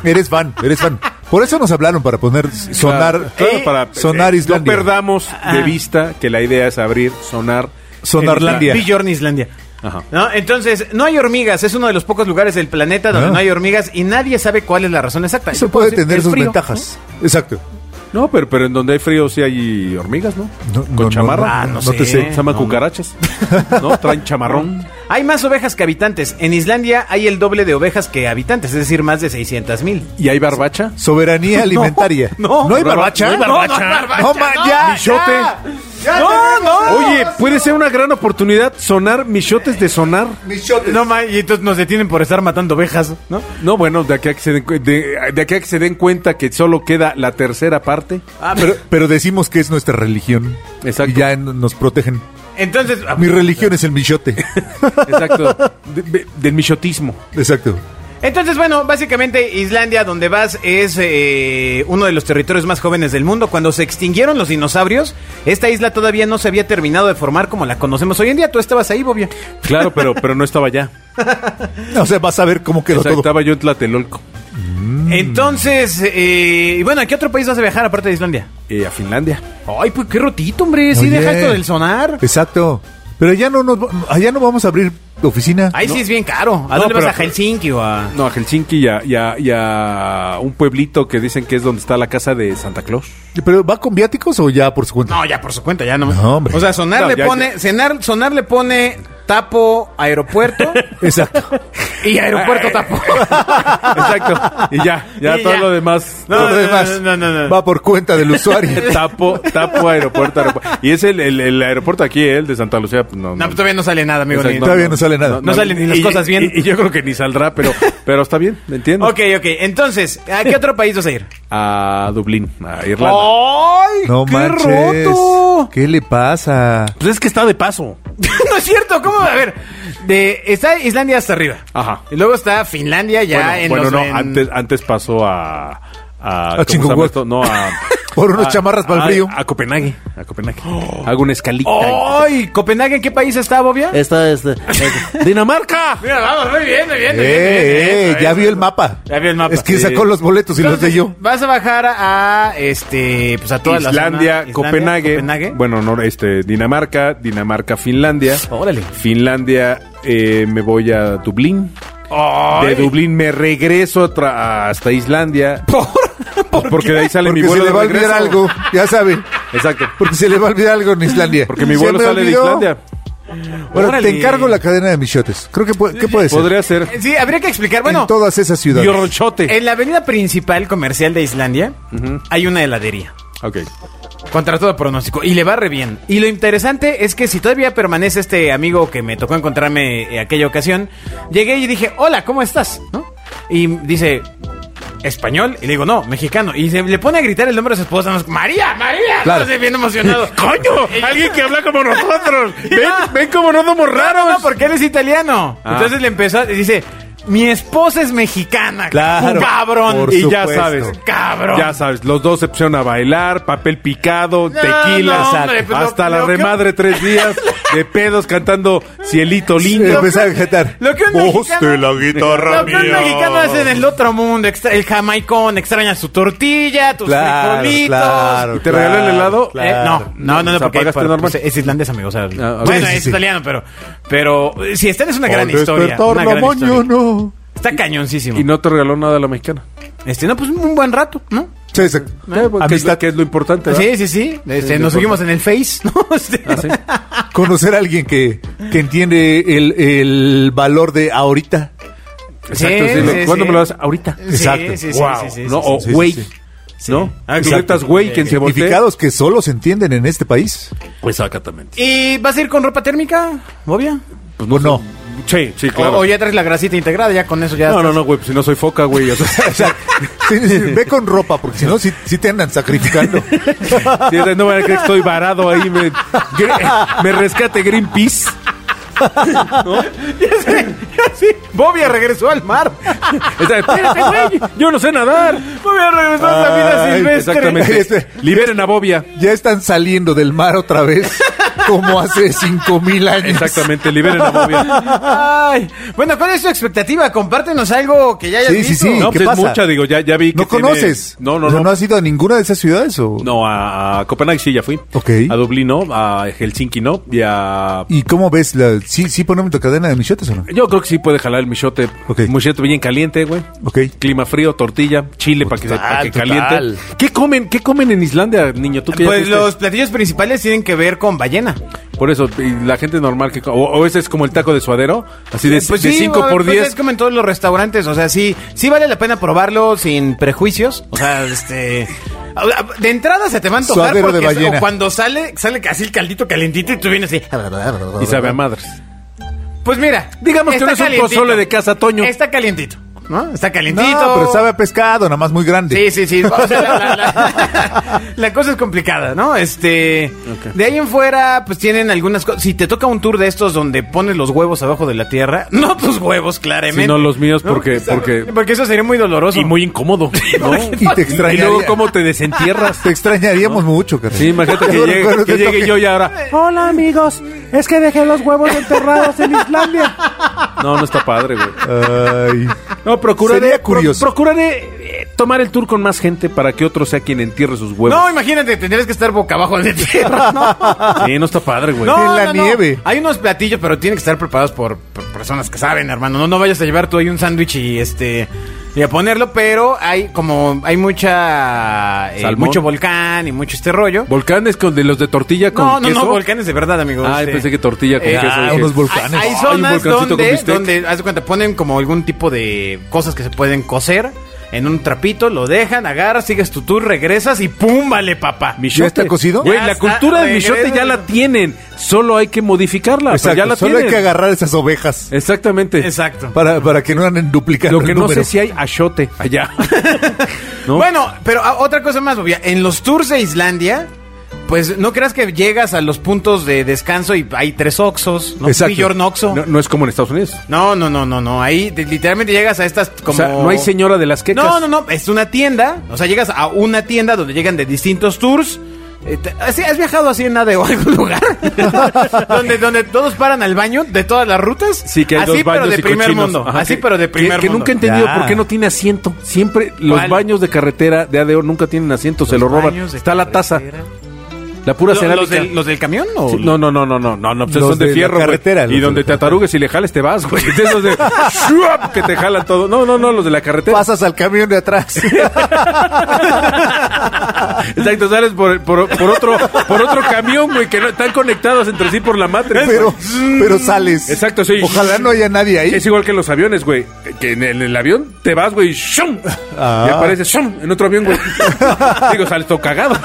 Speaker 3: Eres fan, eres fan. Por eso nos hablaron para poner sonar,
Speaker 4: Claro, para-
Speaker 3: sonar
Speaker 4: eh,
Speaker 3: Islandia.
Speaker 4: No perdamos de vista que la idea es abrir, sonar.
Speaker 3: Sonarlandia.
Speaker 4: en-
Speaker 2: Bjorn, Islandia.
Speaker 4: Ajá.
Speaker 2: ¿No? Entonces, no hay hormigas. Es uno de los pocos lugares del planeta donde
Speaker 3: Ah.
Speaker 2: no hay hormigas y nadie sabe cuál es la razón exacta.
Speaker 3: Eso
Speaker 2: Yo puedo
Speaker 3: puede
Speaker 2: decir,
Speaker 3: tener
Speaker 2: el
Speaker 3: sus
Speaker 2: frío,
Speaker 3: ventajas. Exacto.
Speaker 4: No, pero, pero en donde hay frío sí hay hormigas, ¿no?
Speaker 3: No,
Speaker 4: Con
Speaker 3: no, no,
Speaker 4: chamarra.
Speaker 3: no,
Speaker 2: Ah, no
Speaker 3: no te
Speaker 2: sé.
Speaker 3: sé.
Speaker 4: Se llaman
Speaker 2: No, no.
Speaker 4: cucarachas. ¿No? Traen chamarrón.
Speaker 2: ¿no? ¿Eh? Hay más ovejas que habitantes. En Islandia hay el doble de ovejas que habitantes, es decir, más de 600 mil.
Speaker 4: ¿Y hay barbacha?
Speaker 3: Soberanía alimentaria.
Speaker 2: no.
Speaker 3: hay barbacha.
Speaker 4: No hay barbacha.
Speaker 3: No, ¡Oh, ma- ya,
Speaker 4: Michote.
Speaker 3: ya.
Speaker 2: No, no.
Speaker 4: Oye, puede ser una gran oportunidad sonar michotes de sonar.
Speaker 2: No, ma, y entonces nos detienen por estar matando ovejas, ¿no?
Speaker 4: No, bueno, de aquí a que se den, cu- de, de aquí a que se den cuenta que solo queda la tercera parte.
Speaker 2: Ah,
Speaker 3: Pero, pero decimos que es nuestra religión.
Speaker 4: Exacto.
Speaker 3: Y ya en- nos protegen.
Speaker 2: Entonces, ah,
Speaker 3: Mi religión es el michote.
Speaker 4: Exacto. De- de- del michotismo.
Speaker 3: Exacto.
Speaker 2: Entonces, bueno, básicamente Islandia, donde vas, es eh, uno de los territorios más jóvenes del mundo. Cuando se extinguieron los dinosaurios, esta isla todavía no se había terminado de formar como la conocemos hoy en día. Tú estabas ahí, Bobia.
Speaker 4: Claro, pero, pero no estaba allá.
Speaker 3: O sea, vas a ver cómo quedó
Speaker 4: O sea,
Speaker 3: todo.
Speaker 4: estaba yo en Tlatelolco, Mm.
Speaker 2: Entonces, eh, y bueno, ¿a qué otro país vas a viajar aparte de Islandia?
Speaker 4: eh, a Finlandia.
Speaker 2: Ay, pues qué rotito, hombre. Sí,
Speaker 3: Oye.
Speaker 2: deja esto del sonar.
Speaker 4: Pues,
Speaker 3: Exacto. Pero ya no nos, allá no vamos a abrir oficina.
Speaker 2: Ahí sí es bien caro. ¿A
Speaker 4: No,
Speaker 2: dónde
Speaker 4: pero-
Speaker 2: vas? ¿A Helsinki o a.?
Speaker 4: No, a Helsinki y a, y a- y a un pueblito que dicen que es donde está la casa de Santa Claus.
Speaker 3: ¿Pero va con viáticos o ya por su cuenta?
Speaker 2: No, ya por su cuenta, ya no.
Speaker 3: No, hombre.
Speaker 2: o sea, sonar
Speaker 4: No,
Speaker 2: le
Speaker 4: ya-
Speaker 2: pone, cenar- sonar le pone tapo aeropuerto
Speaker 3: Exacto.
Speaker 2: y aeropuerto tapo.
Speaker 4: Exacto. Y ya, ya
Speaker 2: Y
Speaker 4: todo
Speaker 2: ya.
Speaker 4: lo demás.
Speaker 2: No,
Speaker 3: Todo lo
Speaker 2: no,
Speaker 3: demás
Speaker 2: no, no, no.
Speaker 3: Va por cuenta del usuario.
Speaker 4: Tapo, tapo, aeropuerto, aeropuerto. Y es el, el- el aeropuerto aquí, ¿eh? el de Santa Lucía. pues, no,
Speaker 2: No,
Speaker 4: no.
Speaker 2: pues todavía no sale nada, amigo.
Speaker 4: Exacto,
Speaker 2: ni-
Speaker 3: Todavía no sale nada.
Speaker 2: No salen ni las
Speaker 4: Y-
Speaker 2: cosas bien.
Speaker 4: Y, y yo creo que ni saldrá, pero, pero está bien, ¿me entiendes?
Speaker 2: Ok, ok. Entonces, ¿a qué otro país vas a ir?
Speaker 4: A Dublín, a Irlanda.
Speaker 2: ¡Ay!
Speaker 3: No
Speaker 2: ¡Qué
Speaker 3: manches.
Speaker 2: roto!
Speaker 3: ¿Qué le pasa?
Speaker 4: Pues es que está de paso.
Speaker 2: no es cierto, ¿cómo? A ver, de, está Islandia hasta arriba.
Speaker 4: Ajá.
Speaker 2: Y luego está Finlandia ya
Speaker 4: bueno,
Speaker 2: en
Speaker 4: bueno,
Speaker 2: los-
Speaker 4: no,
Speaker 2: en-
Speaker 4: antes, antes pasó a...
Speaker 3: Ah,
Speaker 4: A, ¿cómo se
Speaker 3: Chingonghuac.
Speaker 4: llama esto? No, a...
Speaker 3: Por unos
Speaker 4: a-
Speaker 3: chamarras para el
Speaker 4: a-
Speaker 3: frío.
Speaker 4: A Copenhague, a Copenhague. Hago una escalita.
Speaker 2: ¡Ay! ¿Copenhague en qué país está, Bobia?
Speaker 5: Esta es de-
Speaker 4: ¡Dinamarca!
Speaker 2: Mira, vamos, muy bien, muy bien. muy bien, muy bien,
Speaker 3: Eh, eh,
Speaker 2: eso,
Speaker 3: ya
Speaker 2: eso.
Speaker 3: vio el mapa.
Speaker 2: Ya vio el mapa.
Speaker 3: Es que
Speaker 2: Sí.
Speaker 3: sacó los boletos y los
Speaker 2: Entonces,
Speaker 3: leyó.
Speaker 2: Vas a bajar a este pues a toda la zona-
Speaker 4: Islandia, Copenhague,
Speaker 2: Copenhague.
Speaker 4: Bueno, no, este, Dinamarca, Dinamarca, Finlandia.
Speaker 2: Órale.
Speaker 4: Finlandia, eh, me voy a Dublín. De Dublín me regreso otra- hasta Islandia. ¿Por? porque de ahí sale
Speaker 3: Porque se
Speaker 4: mi vuelo
Speaker 3: le
Speaker 4: de
Speaker 3: va a olvidar
Speaker 4: regreso.
Speaker 3: algo, ya sabe.
Speaker 4: Exacto.
Speaker 3: Porque se le va a olvidar algo en Islandia.
Speaker 4: Porque mi
Speaker 3: Se
Speaker 4: vuelo
Speaker 3: me
Speaker 4: sale
Speaker 3: olvidó.
Speaker 4: de Islandia.
Speaker 3: Bueno,
Speaker 2: Órale.
Speaker 3: te encargo la cadena de michotes. Creo que puede, ¿qué puede ser?
Speaker 4: Podría ser
Speaker 2: Eh, Sí, habría que explicar, bueno,
Speaker 3: en todas esas ciudades.
Speaker 4: Yorrochote.
Speaker 2: en la avenida principal comercial de Islandia hay una heladería.
Speaker 4: Ok.
Speaker 2: Contra todo pronóstico. Y le va re bien. Y lo interesante es que si todavía permanece este amigo que me tocó encontrarme eh, aquella ocasión, llegué y dije, hola, ¿cómo estás? ¿No? Y dice, ¿español? Y le digo, no, mexicano. Y se le pone a gritar el nombre de su esposa. nos- María, María.
Speaker 3: Claro.
Speaker 2: Entonces, bien emocionado. ¡Coño!
Speaker 4: Alguien que habla como nosotros.
Speaker 2: Ven-
Speaker 4: Ven,
Speaker 2: ven
Speaker 4: como no somos raros.
Speaker 2: No, no, porque él es italiano.
Speaker 4: Ah.
Speaker 2: Entonces le empezó a... y Dice, mi esposa es mexicana.
Speaker 3: Claro.
Speaker 2: Cabrón.
Speaker 3: Por
Speaker 4: y ya
Speaker 3: supuesto.
Speaker 4: sabes.
Speaker 2: Cabrón.
Speaker 4: Ya sabes, los dos se pusieron a bailar, papel picado, tequila,
Speaker 2: no, hombre,
Speaker 4: exacto.
Speaker 2: pues lo-
Speaker 4: hasta
Speaker 2: lo
Speaker 4: la
Speaker 2: que-
Speaker 4: remadre tres días de pedos cantando Cielito
Speaker 3: Sí,
Speaker 4: Lindo.
Speaker 3: Empezar a cantar.
Speaker 2: Lo que un mexicano-
Speaker 3: Poste la guitarra
Speaker 2: Lo que un
Speaker 3: mía.
Speaker 2: mexicano hace en el otro mundo. extra- el jamaicón extraña su tortilla, tus
Speaker 3: Claro,
Speaker 2: frijolitos.
Speaker 3: claro,
Speaker 4: ¿Y te regaló el
Speaker 3: claro,
Speaker 4: helado?
Speaker 2: Eh,
Speaker 3: claro.
Speaker 2: no, no, no, no,
Speaker 4: ¿Se
Speaker 2: porque
Speaker 4: apagaste
Speaker 2: para-
Speaker 4: normal? Ah,
Speaker 2: pues, es islandés, amigo. O sea,
Speaker 4: ok.
Speaker 2: bueno,
Speaker 3: Sí, sí,
Speaker 2: es
Speaker 3: sí.
Speaker 2: italiano, pero, pero eh, si está es una gran
Speaker 3: Al
Speaker 2: historia.
Speaker 3: despertar
Speaker 2: una
Speaker 3: la
Speaker 2: gran historia.
Speaker 3: mañana.
Speaker 2: Está cañoncísimo.
Speaker 4: Y no te regaló nada la mexicana.
Speaker 2: Este, no, pues un buen rato, ¿no?
Speaker 3: Sí, exacto.
Speaker 4: Que es, lo-
Speaker 3: Amistad.
Speaker 4: que es lo importante. ¿verdad?
Speaker 2: Sí, sí, sí. Este,
Speaker 4: Sí,
Speaker 2: nos
Speaker 4: no importa.
Speaker 2: seguimos en el Face, ¿no? Este,
Speaker 4: Ah, sí.
Speaker 3: Conocer a alguien que, que entiende el, el valor de ahorita.
Speaker 4: Exacto, sí, lo- ¿Cuándo me lo das? Ahorita.
Speaker 2: Sí,
Speaker 3: Exacto.
Speaker 2: sí, sí,
Speaker 4: Wow,
Speaker 2: sí, sí,
Speaker 4: ¿no?
Speaker 2: sí,
Speaker 4: O
Speaker 3: sí, sí,
Speaker 4: güey.
Speaker 3: sí.
Speaker 4: ¿No?
Speaker 2: Ah,
Speaker 4: Tú
Speaker 2: exacto.
Speaker 4: estás güey quien se voltea.
Speaker 3: Significados que solo se entienden en este país.
Speaker 4: Exactamente.
Speaker 2: ¿Y vas a ir con ropa térmica, Bobia?
Speaker 3: Pues no. no.
Speaker 4: Sí, sí,
Speaker 2: O,
Speaker 4: claro.
Speaker 2: o ya traes la grasita integrada, ya con eso ya.
Speaker 4: no, no, no, güey, pues si no soy foca, güey. O sea,
Speaker 3: Exacto. Sí, sí, sí, ve con ropa, porque si no, sí, sí te andan sacrificando.
Speaker 4: Sí, no van a creer que estoy varado ahí. Me, gre- me rescate Greenpeace.
Speaker 2: Sí, Bobia regresó al mar.
Speaker 4: Está- Espérate, güey. Yo no sé nadar.
Speaker 2: Bobia regresó a la vida
Speaker 3: Ay,
Speaker 2: silvestre.
Speaker 4: Exactamente.
Speaker 3: Este-
Speaker 4: Liberen a Bobia.
Speaker 3: Ya están saliendo del mar otra vez, como hace cinco mil años.
Speaker 4: Exactamente, liberen a Bobia.
Speaker 2: Ay. Bueno, ¿cuál es tu expectativa? Compártenos algo que ya hayas
Speaker 3: Sí, sí,
Speaker 2: visto.
Speaker 3: sí.
Speaker 4: No,
Speaker 3: ¿qué
Speaker 4: pues es
Speaker 3: pasa?
Speaker 4: mucha, digo, ya, ya vi que
Speaker 3: ¿No
Speaker 4: tiene-
Speaker 3: conoces?
Speaker 4: No, no,
Speaker 3: O sea,
Speaker 4: no.
Speaker 3: has ido a ninguna de esas ciudades o...?
Speaker 4: No, a, a Copenhague sí ya fui.
Speaker 3: Ok.
Speaker 4: A Dublín no, a Helsinki no, y a...
Speaker 3: ¿Y cómo ves? La... ¿Sí, ¿Sí ponemos la cadena de michotes o no?
Speaker 4: Yo creo que sí puede jalar el michote.
Speaker 3: Ok.
Speaker 4: Michote bien caliente, güey.
Speaker 3: Ok.
Speaker 4: Clima frío, tortilla, chile para que, se- pa' que
Speaker 5: total.
Speaker 4: caliente. ¿Qué comen, ¿Qué comen en Islandia, niño? ¿Tú que ya
Speaker 2: Pues
Speaker 4: fuiste?
Speaker 2: los platillos principales tienen que ver con ballena.
Speaker 4: Por eso, y la gente normal que... co- O, o ese es como el taco de suadero, así de 5
Speaker 2: Pues sí, bueno,
Speaker 4: por
Speaker 2: pues
Speaker 4: 10.
Speaker 2: Es como en todos los restaurantes, o sea, sí, sí vale la pena probarlo sin prejuicios. O sea, este. De entrada se te va a antojar
Speaker 3: Suadero de
Speaker 2: porque es- o
Speaker 3: ballena.
Speaker 2: cuando sale, sale así el caldito calentito y tú vienes así.
Speaker 4: y sabe a madres.
Speaker 2: Pues mira,
Speaker 4: Digamos que
Speaker 2: está
Speaker 4: no es un
Speaker 2: calientito.
Speaker 4: pozole de casa, Toño.
Speaker 2: Está calientito. ¿no? Está
Speaker 3: No,
Speaker 2: calientito.
Speaker 3: pero sabe a pescado, nada más muy grande.
Speaker 2: Sí, sí, sí. O sea, la, la- la- la cosa es complicada, ¿no? Este.
Speaker 4: Ok.
Speaker 2: De ahí en fuera, pues tienen algunas cosas. Si te toca un tour de estos donde pones los huevos abajo de la tierra, no tus huevos, claramente.
Speaker 4: Sino los míos, porque-
Speaker 2: pues,
Speaker 4: porque-
Speaker 2: Porque eso sería muy doloroso.
Speaker 4: Y muy incómodo. ¿no?
Speaker 3: Y te extrañaría.
Speaker 4: Y luego cómo te desentierras.
Speaker 3: Te extrañaríamos mucho, carnal.
Speaker 4: Sí, imagínate que
Speaker 3: Yo
Speaker 4: llegue,
Speaker 3: recuerdo
Speaker 4: que llegue
Speaker 3: toque-
Speaker 4: yo y ahora. Hola amigos, es que dejé los huevos enterrados en Islandia. No, no está padre, güey.
Speaker 3: Ay.
Speaker 4: No, procuraré,
Speaker 3: Sería
Speaker 4: pro-
Speaker 3: curioso.
Speaker 4: procuraré eh, tomar el tour con más gente para que otro sea quien entierre sus huevos.
Speaker 2: No, imagínate, tendrías que estar boca abajo de tierra, ¿no?
Speaker 4: Sí, no está padre, güey.
Speaker 2: No,
Speaker 3: En la
Speaker 2: no, no.
Speaker 3: nieve.
Speaker 2: Hay unos platillos, pero tienen que estar preparados por, por personas que saben, hermano. No, no vayas a llevar tú ahí un sándwich y este y a ponerlo, pero hay como hay mucha eh,
Speaker 4: Salmón.
Speaker 2: mucho volcán y mucho este rollo.
Speaker 4: Volcanes con de los de tortilla con
Speaker 2: No, no,
Speaker 4: queso.
Speaker 2: no, volcanes de verdad, amigos.
Speaker 4: Ah, pensé que tortilla con queso,
Speaker 3: dije. unos volcanes.
Speaker 2: Hay, hay
Speaker 4: Ay, un
Speaker 2: zonas
Speaker 4: volcancito con
Speaker 2: donde,
Speaker 4: bistec.
Speaker 2: donde, haz de cuenta, ponen como algún tipo de cosas que se pueden cocer en un trapito, lo dejan, agarras, sigues tu tour, regresas y ¡pum! Vale, papá.
Speaker 4: Michote.
Speaker 3: ¿Ya está cocido?
Speaker 4: Güey,
Speaker 2: Ya
Speaker 4: la
Speaker 2: está,
Speaker 4: cultura del
Speaker 2: regresa.
Speaker 4: michote ya la tienen. Solo hay que modificarla. pero
Speaker 3: Exacto,
Speaker 4: ya la
Speaker 3: solo
Speaker 4: tienen.
Speaker 3: hay que agarrar esas ovejas
Speaker 4: Exactamente.
Speaker 2: Exacto.
Speaker 3: para, para que no anden duplicando
Speaker 4: Lo que
Speaker 3: el
Speaker 4: no
Speaker 3: número.
Speaker 4: sé si hay achote allá. ¿No?
Speaker 2: Bueno, pero ah, otra cosa más, obvia. En los tours de Islandia, pues no creas que llegas a los puntos de descanso y hay tres oxos, ¿no?
Speaker 3: Exacto.
Speaker 2: Billorn Oxo.
Speaker 4: No, no es como en Estados Unidos.
Speaker 2: No, no, no, no, no. Ahí te- literalmente llegas a estas como.
Speaker 4: O sea, no hay señora de las quecas.
Speaker 2: No, no, no. Es una tienda. O sea, llegas a una tienda donde llegan de distintos tours. Eh, te- ¿Has has viajado así en ADO a algún lugar? donde, donde todos paran al baño de todas las rutas.
Speaker 4: Sí, que hay
Speaker 2: así,
Speaker 4: dos baños
Speaker 2: pero de
Speaker 4: y
Speaker 2: primer
Speaker 4: cochinos.
Speaker 2: mundo.
Speaker 4: Ajá,
Speaker 2: así,
Speaker 4: que-
Speaker 2: pero de primer
Speaker 4: que, que
Speaker 2: mundo.
Speaker 4: nunca he entendido
Speaker 3: Ya.
Speaker 4: por qué no tiene asiento. Siempre los
Speaker 2: ¿Cuál?
Speaker 4: baños de carretera de ADO nunca tienen asiento, se lo roban.
Speaker 2: Baños de
Speaker 4: Está la taza,
Speaker 2: carretera.
Speaker 4: la pura
Speaker 2: ¿Lo-
Speaker 4: cerámica.
Speaker 2: ¿Los del, los del camión o
Speaker 4: Sí, No, no, no, no, no, no, no, pues
Speaker 3: Los
Speaker 4: son de,
Speaker 3: de la
Speaker 4: fierro, güey.
Speaker 3: carretera, los
Speaker 4: Y
Speaker 3: de
Speaker 4: donde
Speaker 3: la
Speaker 4: te atarugues y le jales te vas, güey. De esos de ¡shuap! que te jalan todo. No, no, no, los de la carretera.
Speaker 3: Pasas al camión de atrás.
Speaker 4: Exacto, sales por, por, por otro por otro camión, güey, que no, están conectados entre sí por la matriz.
Speaker 3: pero, pero sales.
Speaker 4: Exacto, sí.
Speaker 3: Ojalá no haya nadie ahí.
Speaker 4: Es igual que en los aviones, güey. Que en el, en el avión te vas, güey, y ¡shum!
Speaker 3: Ah.
Speaker 4: Y apareces ¡shum! en otro avión, güey. Digo, sales todo cagado.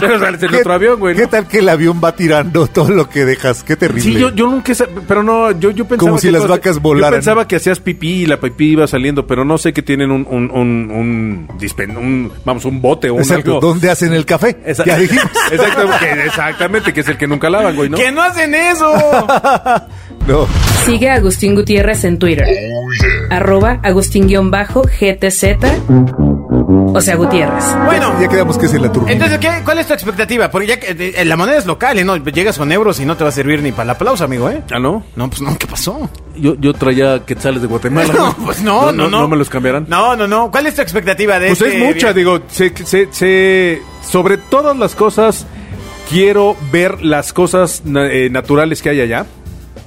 Speaker 4: Pero sales en
Speaker 3: ¿Qué-
Speaker 4: otro avión, güey. ¿no?
Speaker 3: ¿Qué tal que el avión va tirando todo lo que dejas? Qué terrible.
Speaker 4: Sí, yo, yo nunca... sa- Pero no, yo, yo pensaba
Speaker 3: Como si
Speaker 4: que
Speaker 3: las
Speaker 4: todo-
Speaker 3: vacas volaran.
Speaker 4: Yo pensaba que hacías pipí y la pipí iba saliendo, pero no sé que tienen un... un, un, un, dispen- un- vamos, un bote o un
Speaker 3: Exacto,
Speaker 4: algo.
Speaker 3: ¿dónde hacen el café?
Speaker 4: Esa-
Speaker 3: Ya dijimos.
Speaker 4: Exacto, que- exactamente, que es el que nunca lavan, güey, ¿no?
Speaker 2: ¡Que no hacen eso!
Speaker 3: No.
Speaker 1: Sigue a Agustín Gutiérrez en Twitter. Arroba Agustín-GTZ. O sea, Gutiérrez.
Speaker 2: bueno,
Speaker 3: Ya quedamos que es en la turba.
Speaker 2: entonces, ¿qué, ¿cuál es tu expectativa? Porque ya que, eh, la moneda es local, ¿eh? ¿no? Llegas con euros y no te va a servir ni para el aplauso, amigo, ¿eh?
Speaker 4: Ah, ¿no?
Speaker 2: No, pues no, ¿qué pasó?
Speaker 4: Yo, yo traía quetzales de Guatemala.
Speaker 2: No, pues no, no, no.
Speaker 4: me los cambiarán.
Speaker 2: No, no, no. ¿Cuál es tu expectativa de
Speaker 4: Pues
Speaker 2: este
Speaker 4: es mucha,
Speaker 2: viaje?
Speaker 4: digo, se- se- se- sobre todas las cosas, quiero ver las cosas na- eh, naturales que hay allá.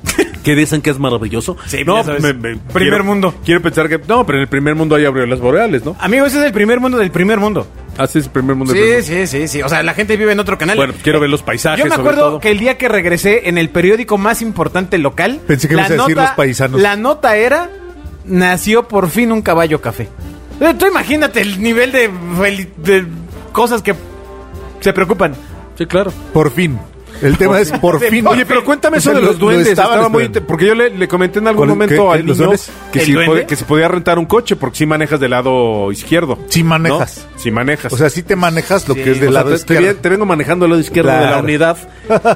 Speaker 4: Que dicen que es maravilloso.
Speaker 2: Sí,
Speaker 4: no,
Speaker 2: ya sabes. Primer
Speaker 4: quiero-
Speaker 2: mundo.
Speaker 4: Quiero pensar que. No, pero en el primer mundo hay aureolas boreales, ¿no?
Speaker 2: Amigo, ese es el primer mundo del primer mundo.
Speaker 4: Así es el primer mundo. del primer
Speaker 2: Sí,
Speaker 4: mundo.
Speaker 2: sí, sí, sí. O sea, la gente vive en otro canal.
Speaker 4: Bueno, quiero ver los paisajes,
Speaker 2: Yo me
Speaker 4: sobre
Speaker 2: acuerdo
Speaker 4: todo.
Speaker 2: que el día que regresé en el periódico más importante local.
Speaker 3: Pensé que
Speaker 2: la
Speaker 3: ibas a decir
Speaker 2: nota-
Speaker 3: Los Paisanos.
Speaker 2: La nota era: nació por fin un caballo café. Eh, Tú imagínate el nivel de, fel- de cosas que se preocupan.
Speaker 4: Sí, claro.
Speaker 3: Por fin. El tema es por
Speaker 2: Sí,
Speaker 3: fin.
Speaker 4: Oye, pero cuéntame eso
Speaker 3: O sea,
Speaker 4: de
Speaker 3: lo-
Speaker 4: los duendes.
Speaker 3: lo estaban
Speaker 4: Estaba muy
Speaker 3: esperando.
Speaker 4: inter- porque yo le, le comenté en algún
Speaker 3: ¿Cuál-
Speaker 4: momento
Speaker 3: qué-
Speaker 4: al
Speaker 3: qué- los
Speaker 4: niño
Speaker 3: duendes?
Speaker 4: que
Speaker 2: ¿El
Speaker 4: si,
Speaker 2: duende?
Speaker 4: pod- que si podía rentar un coche porque si manejas del lado izquierdo.
Speaker 3: Sí manejas.
Speaker 4: Si manejas.
Speaker 3: O sea, sí te manejas lo
Speaker 2: Sí,
Speaker 3: que es
Speaker 4: O
Speaker 3: del
Speaker 4: sea,
Speaker 3: lado
Speaker 4: te- te,
Speaker 3: izquierdo.
Speaker 4: vi- te vengo manejando al lado izquierdo de la
Speaker 3: Claro.
Speaker 4: unidad.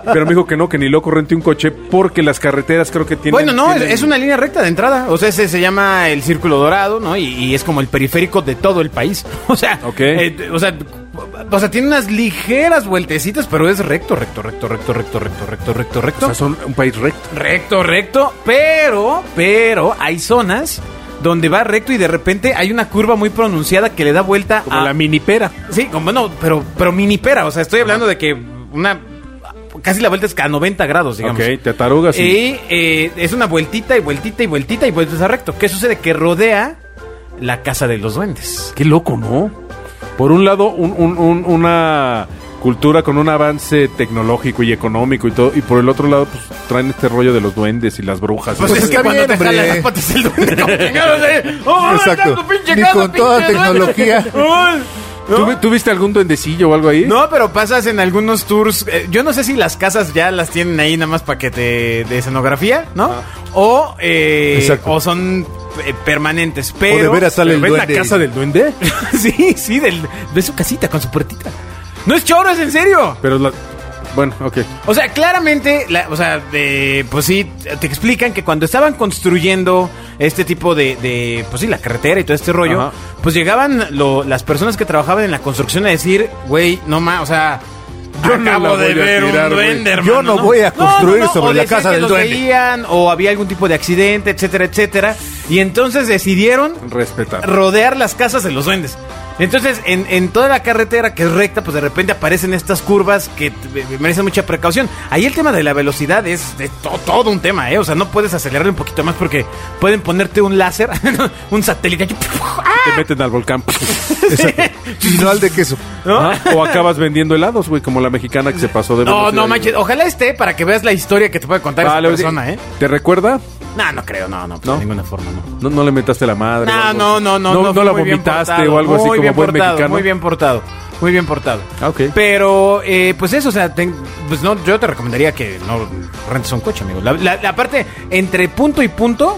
Speaker 4: Pero me dijo que no, que ni loco renté un coche porque las carreteras creo que tienen.
Speaker 2: bueno, no, es-
Speaker 4: tienen-
Speaker 2: es una línea recta de entrada. O sea, ese se llama el Círculo Dorado, ¿no? Y, y es como el periférico de todo el país. O sea,
Speaker 4: Ok.
Speaker 2: eh, o sea, o sea, tiene unas ligeras vueltecitas, pero es recto, recto, recto, recto, recto, recto, recto, recto,
Speaker 4: O
Speaker 2: recto.
Speaker 4: sea, son un país recto.
Speaker 2: Recto, recto, pero, pero hay zonas donde va recto y de repente hay una curva muy pronunciada que le da vuelta
Speaker 4: Como
Speaker 2: a...
Speaker 4: la minipera.
Speaker 2: Sí, como no, pero, pero mini pera, o sea, estoy hablando de que una... Casi la vuelta es a 90 grados, digamos.
Speaker 4: Ok, te atarugas. y-
Speaker 2: Y eh, es una vueltita y vueltita y vueltita y vuelves a recto. ¿Qué sucede? Que rodea la casa de los duendes.
Speaker 4: Qué loco, ¿no? Por un lado, un- un- un- una cultura con un avance tecnológico y económico y todo. Y por el otro lado, pues traen este rollo de los duendes y las brujas.
Speaker 3: Pues es que cuando te jalan las
Speaker 2: patas el duende,
Speaker 3: Exacto. tanto "Oh, pinche Ni casa, con pinche toda duende". tecnología.
Speaker 4: ¿Tú, vi- tú viste algún duendecillo o algo ahí?
Speaker 2: No, pero pasas en algunos tours. eh, yo no sé si las casas ya las tienen ahí nada más para que te de escenografía, ¿no? O, eh,
Speaker 3: Exacto.
Speaker 2: o son eh, permanentes.
Speaker 3: O de
Speaker 2: Pero.
Speaker 3: veras sale el
Speaker 4: ¿Ves la
Speaker 3: duende.
Speaker 4: casa del duende?
Speaker 2: sí, sí, del- de su casita con su puertita. No es choro, es en serio.
Speaker 4: Pero la... Bueno, ok.
Speaker 2: O sea, claramente, la- o sea, de- pues sí, te explican que cuando estaban construyendo este tipo de, de, pues sí, la carretera y todo este rollo,
Speaker 4: Ajá.
Speaker 2: pues llegaban lo- las personas que trabajaban en la construcción a decir, güey, no más, o sea,
Speaker 4: Yo no la voy a tirar, güey.
Speaker 3: Yo no voy a construir sobre
Speaker 2: o
Speaker 3: la
Speaker 2: decían
Speaker 3: casa
Speaker 2: que
Speaker 3: del
Speaker 2: los
Speaker 3: duende.
Speaker 2: veían, o había algún tipo de accidente, etcétera, etcétera, y entonces decidieron
Speaker 4: Respetar.
Speaker 2: rodear las casas de los duendes. Entonces, en, en toda la carretera que es recta, pues de repente aparecen estas curvas que t- eh, merecen mucha precaución. Ahí el tema de la velocidad es de to- todo un tema, ¿eh? O sea, no puedes acelerarle un poquito más porque pueden ponerte un láser, un satélite aquí.
Speaker 4: Te meten al volcán.
Speaker 3: Y no al de queso.
Speaker 4: Ajá. O acabas vendiendo helados, güey, como la mexicana que se pasó de
Speaker 2: Ah, No,
Speaker 4: velocidad.
Speaker 2: no manches. Ojalá esté para que veas la historia que te puede contar
Speaker 4: Vale,
Speaker 2: esa persona, ¿eh?
Speaker 4: ¿Te recuerda?
Speaker 2: No, no creo, no, no, pues,
Speaker 4: ¿No?
Speaker 2: de ninguna forma, no.
Speaker 4: No, no le metaste la madre. o
Speaker 2: No,
Speaker 4: algo
Speaker 2: no,
Speaker 4: así.
Speaker 2: no, no,
Speaker 4: No,
Speaker 2: fue
Speaker 4: la
Speaker 2: muy bien
Speaker 4: vomitaste
Speaker 2: portado,
Speaker 4: o algo así
Speaker 2: muy
Speaker 4: como
Speaker 2: bien
Speaker 4: buen
Speaker 2: portado,
Speaker 4: mexicano.
Speaker 2: Muy bien portado, muy bien portado.
Speaker 4: Ah, ok.
Speaker 2: Pero, eh, pues eso, o sea, ten- pues no, yo te recomendaría que no rentes un coche, amigo. La, la- la parte entre punto y punto,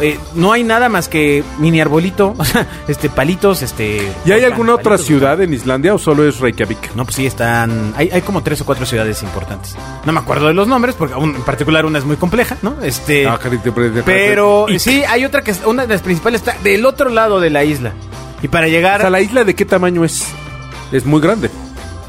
Speaker 2: eh, no hay nada más que mini arbolito, o sea, este, palitos, este...
Speaker 4: ¿Y hay alguna otra
Speaker 2: palitos,
Speaker 4: ciudad en Islandia o solo es Reykjavik?
Speaker 2: no, pues sí, están. Hay, hay como tres o cuatro ciudades importantes. No me acuerdo de los nombres, porque un- en particular una es muy compleja, ¿no? Este.
Speaker 4: Ah, Jari, te pre-
Speaker 2: pero
Speaker 4: Y-
Speaker 2: sí, hay otra que es. Una de las principales está del otro lado de la isla. Y para
Speaker 4: O
Speaker 2: llegar.
Speaker 4: sea, ¿la isla de qué tamaño es? Es muy grande.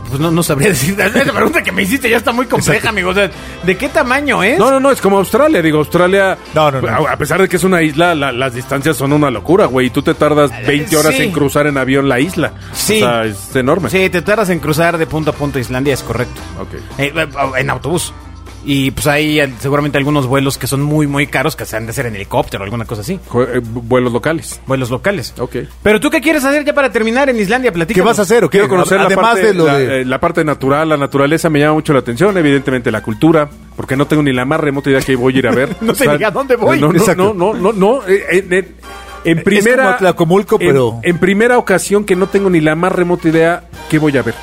Speaker 2: Pues no, no sabría decir. Esa pregunta que me hiciste ya está muy compleja, amigo. O sea, ¿de qué tamaño es?
Speaker 4: No, no, no, es como Australia. Digo, Australia.
Speaker 3: No, no, no.
Speaker 4: A, a pesar de que es una isla, la- las distancias son una locura, güey. Y tú te tardas 20 horas
Speaker 2: sí.
Speaker 4: en cruzar en avión la isla.
Speaker 2: Sí.
Speaker 4: O sea, es enorme.
Speaker 2: Sí, te tardas en cruzar de punto a punto Islandia, es correcto.
Speaker 4: Ok.
Speaker 2: Eh, eh, en autobús. Y pues hay eh, seguramente algunos vuelos que son muy, muy caros que se han de hacer en helicóptero o alguna cosa así.
Speaker 4: Jue- eh, vuelos locales.
Speaker 2: Vuelos locales.
Speaker 4: Ok.
Speaker 2: Pero tú qué quieres hacer ya para terminar en Islandia, platícanos. Ah,
Speaker 3: ¿Qué vas a hacer o qué?
Speaker 2: Eh,
Speaker 4: Quiero conocer la
Speaker 3: Además
Speaker 4: parte,
Speaker 3: de lo
Speaker 4: la,
Speaker 3: de...
Speaker 4: eh, la parte natural, la naturaleza me llama mucho la atención, evidentemente la cultura, porque no tengo ni la más remota idea que voy a ir a ver.
Speaker 2: No sé ni a dónde voy.
Speaker 4: No, no,
Speaker 3: Exacto.
Speaker 4: no, no, no, no, eh, En, en- en primera,
Speaker 3: como Atlacomulco,
Speaker 4: en-
Speaker 3: pero-
Speaker 4: en, primera ocasión que no tengo ni la más remota idea que voy a ver.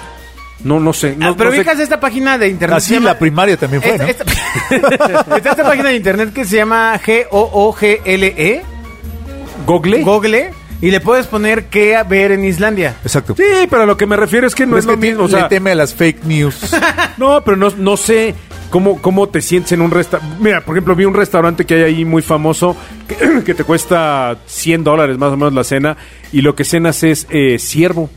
Speaker 4: No, no sé. No,
Speaker 2: Ah, pero
Speaker 4: no sé-
Speaker 2: fijas esta página de internet.
Speaker 3: Así
Speaker 2: se llama-
Speaker 3: la primaria también fue,
Speaker 2: Esta-
Speaker 3: ¿no?
Speaker 2: esta- está esta página de internet que se llama G-O-O-G-L-E,
Speaker 4: E, Google.
Speaker 2: Google, y le puedes poner qué a ver en Islandia.
Speaker 3: Exacto.
Speaker 4: Sí, pero lo que me refiero es que no
Speaker 3: Pero
Speaker 4: es, lo
Speaker 3: que
Speaker 4: mismo. o
Speaker 3: le
Speaker 4: sea,
Speaker 3: teme a las fake news.
Speaker 4: No, pero no, no sé cómo, cómo te sientes en un restaurante. Mira, por ejemplo, vi un restaurante que hay ahí muy famoso que, que te cuesta 100 dólares más o menos la cena y lo que cenas es eh, ciervo.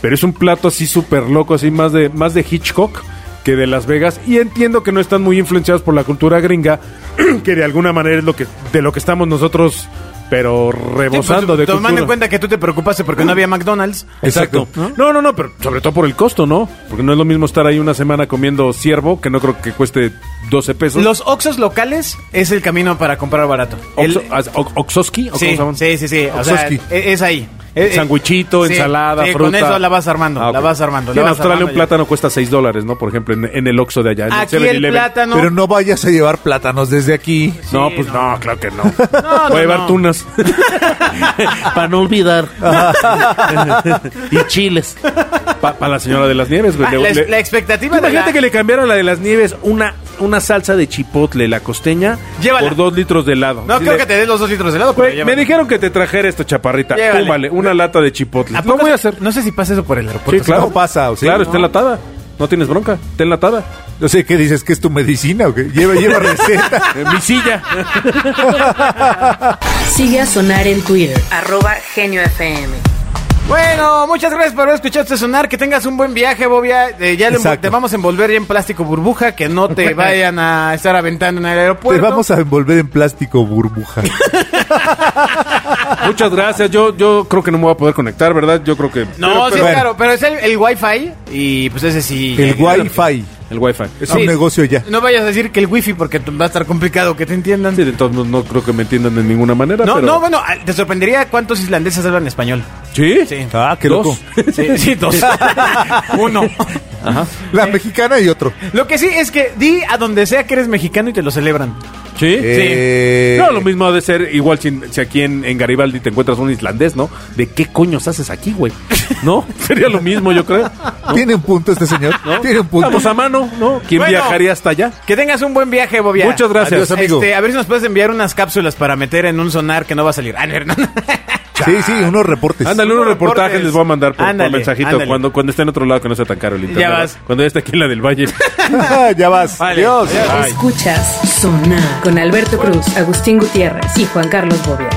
Speaker 4: Pero es un plato así súper loco, así más de, más de Hitchcock que de Las Vegas. Y entiendo que no están muy influenciados por la cultura gringa, que de alguna manera es lo que, de lo que estamos nosotros, pero rebosando de
Speaker 2: pues, Tomando en
Speaker 4: cultura.
Speaker 2: cuenta que tú te preocupaste porque no había McDonald's.
Speaker 4: Exacto.
Speaker 2: ¿No?
Speaker 4: No, no, no, pero sobre todo por el costo, ¿no? Porque no es lo mismo estar ahí una semana comiendo ciervo, que no creo que cueste 12 pesos.
Speaker 2: Los Oxos locales es el camino para comprar barato. El-
Speaker 4: Oxo- as- o- Oxoski, ¿o
Speaker 2: sí,
Speaker 4: cómo se
Speaker 2: sí, sí, sí. O sea,
Speaker 3: Oxoski.
Speaker 2: e- es ahí. Eh, eh,
Speaker 4: Sandwichito,
Speaker 2: sí,
Speaker 4: ensalada,
Speaker 2: sí,
Speaker 4: fruta.
Speaker 2: Con eso la vas armando,
Speaker 4: Ah, ok.
Speaker 2: la vas armando.
Speaker 4: Sí,
Speaker 2: la
Speaker 4: en
Speaker 2: vas
Speaker 4: Australia un
Speaker 2: armando ya.
Speaker 4: plátano cuesta 6 dólares, ¿no? Por ejemplo, en, en el Oxxo de allá. En
Speaker 2: Aquí el
Speaker 4: 7-Eleven.
Speaker 2: plátano.
Speaker 3: Pero no vayas a llevar plátanos desde aquí.
Speaker 4: No,
Speaker 2: Sí,
Speaker 4: pues
Speaker 2: no.
Speaker 4: no. claro que no.
Speaker 2: No,
Speaker 4: Voy
Speaker 2: no,
Speaker 4: a llevar
Speaker 2: no.
Speaker 4: tunas.
Speaker 5: Para no olvidar. y chiles.
Speaker 4: Para la señora de las nieves, güey.
Speaker 2: Ah,
Speaker 4: Le-
Speaker 2: la,
Speaker 4: le-
Speaker 2: la expectativa de
Speaker 4: Imagínate
Speaker 2: la-
Speaker 4: que le cambiaron la de las nieves una, una salsa de chipotle, la costeña,
Speaker 2: Llévala.
Speaker 4: por dos litros de helado.
Speaker 2: No,
Speaker 4: Así
Speaker 2: creo
Speaker 4: de-
Speaker 2: que te des los dos litros de helado. pero
Speaker 4: Güey,
Speaker 2: llévalo.
Speaker 4: me dijeron que te trajera esto, chaparrita.
Speaker 2: Llévale.
Speaker 4: Túmbale, una lata de chipotle.
Speaker 2: ¿A
Speaker 4: Lo
Speaker 2: poco
Speaker 4: voy a
Speaker 2: se-
Speaker 4: hacer.
Speaker 2: No sé si pasa eso por el aeropuerto.
Speaker 4: Sí, claro.
Speaker 3: no pasa, o sea,
Speaker 4: claro,
Speaker 3: no.
Speaker 4: está enlatada. No tienes bronca, está enlatada.
Speaker 3: No sé qué dices, que es tu medicina o qué. Lleva, lleva receta.
Speaker 4: En mi silla.
Speaker 1: Sigue a Sonar en Twitter, arroba Genio FM.
Speaker 2: Bueno, muchas gracias por haber escuchado este sonar. Que tengas un buen viaje, Bobia. Eh, ya le-
Speaker 3: Exacto.
Speaker 2: te vamos a envolver ya en plástico burbuja. Que no te vayan a estar aventando en el aeropuerto.
Speaker 3: Te Pues vamos a envolver en plástico burbuja.
Speaker 4: Muchas gracias. Yo, yo creo que no me voy a poder conectar, ¿verdad? Yo creo que.
Speaker 2: No, sí,
Speaker 3: pero-
Speaker 2: claro. Pero es el, el wifi. Y pues ese sí.
Speaker 3: El wifi.
Speaker 4: El wifi. Ah,
Speaker 3: Es
Speaker 2: Sí.
Speaker 3: un negocio ya.
Speaker 2: No vayas a decir que el wifi porque t- va a estar complicado que te entiendan.
Speaker 4: Sí, entonces no, no creo que me entiendan de ninguna manera.
Speaker 2: No,
Speaker 4: pero-
Speaker 2: no, bueno, ah, te sorprendería cuántos islandeses hablan español.
Speaker 4: ¿Sí?
Speaker 2: Sí.
Speaker 3: Ah, qué
Speaker 4: Dos.
Speaker 3: loco.
Speaker 2: Sí, sí, dos. Uno.
Speaker 3: La mexicana y otro.
Speaker 2: Lo que sí es que di a donde sea que eres mexicano y te lo celebran.
Speaker 4: Sí,
Speaker 3: Eh,
Speaker 4: sí. No, lo mismo ha de ser igual si, si aquí en, en Garibaldi te encuentras un islandés, ¿no? ¿De qué coños haces aquí, güey? ¿No? Sería lo mismo, yo creo.
Speaker 3: Tiene un punto este señor. Tiene un punto.
Speaker 4: Estamos a mano, ¿no? ¿Quién
Speaker 2: Bueno.
Speaker 4: viajaría hasta allá?
Speaker 2: Que tengas un buen viaje, Bobia.
Speaker 4: Muchas gracias.
Speaker 3: Adiós, amigo.
Speaker 2: Este, a ver si nos puedes enviar unas cápsulas para meter en un sonar que no va a salir. Ah, no, no.
Speaker 3: Sí, sí, unos reportes.
Speaker 4: Ándale, unos
Speaker 2: Unos
Speaker 4: reportajes
Speaker 2: reportes.
Speaker 4: les voy a mandar por, por
Speaker 2: Ándale,
Speaker 4: mensajito
Speaker 2: ándale.
Speaker 4: Cuando, cuando esté en otro lado que no sea tan caro el internet.
Speaker 2: Ya
Speaker 4: ¿verdad?
Speaker 2: vas.
Speaker 4: Cuando ya esté aquí en la del Valle.
Speaker 3: ya vas.
Speaker 2: Vale.
Speaker 3: Adiós.
Speaker 1: Escuchas Sonar con Alberto Cruz, Agustín Gutiérrez y Juan Carlos Bobia.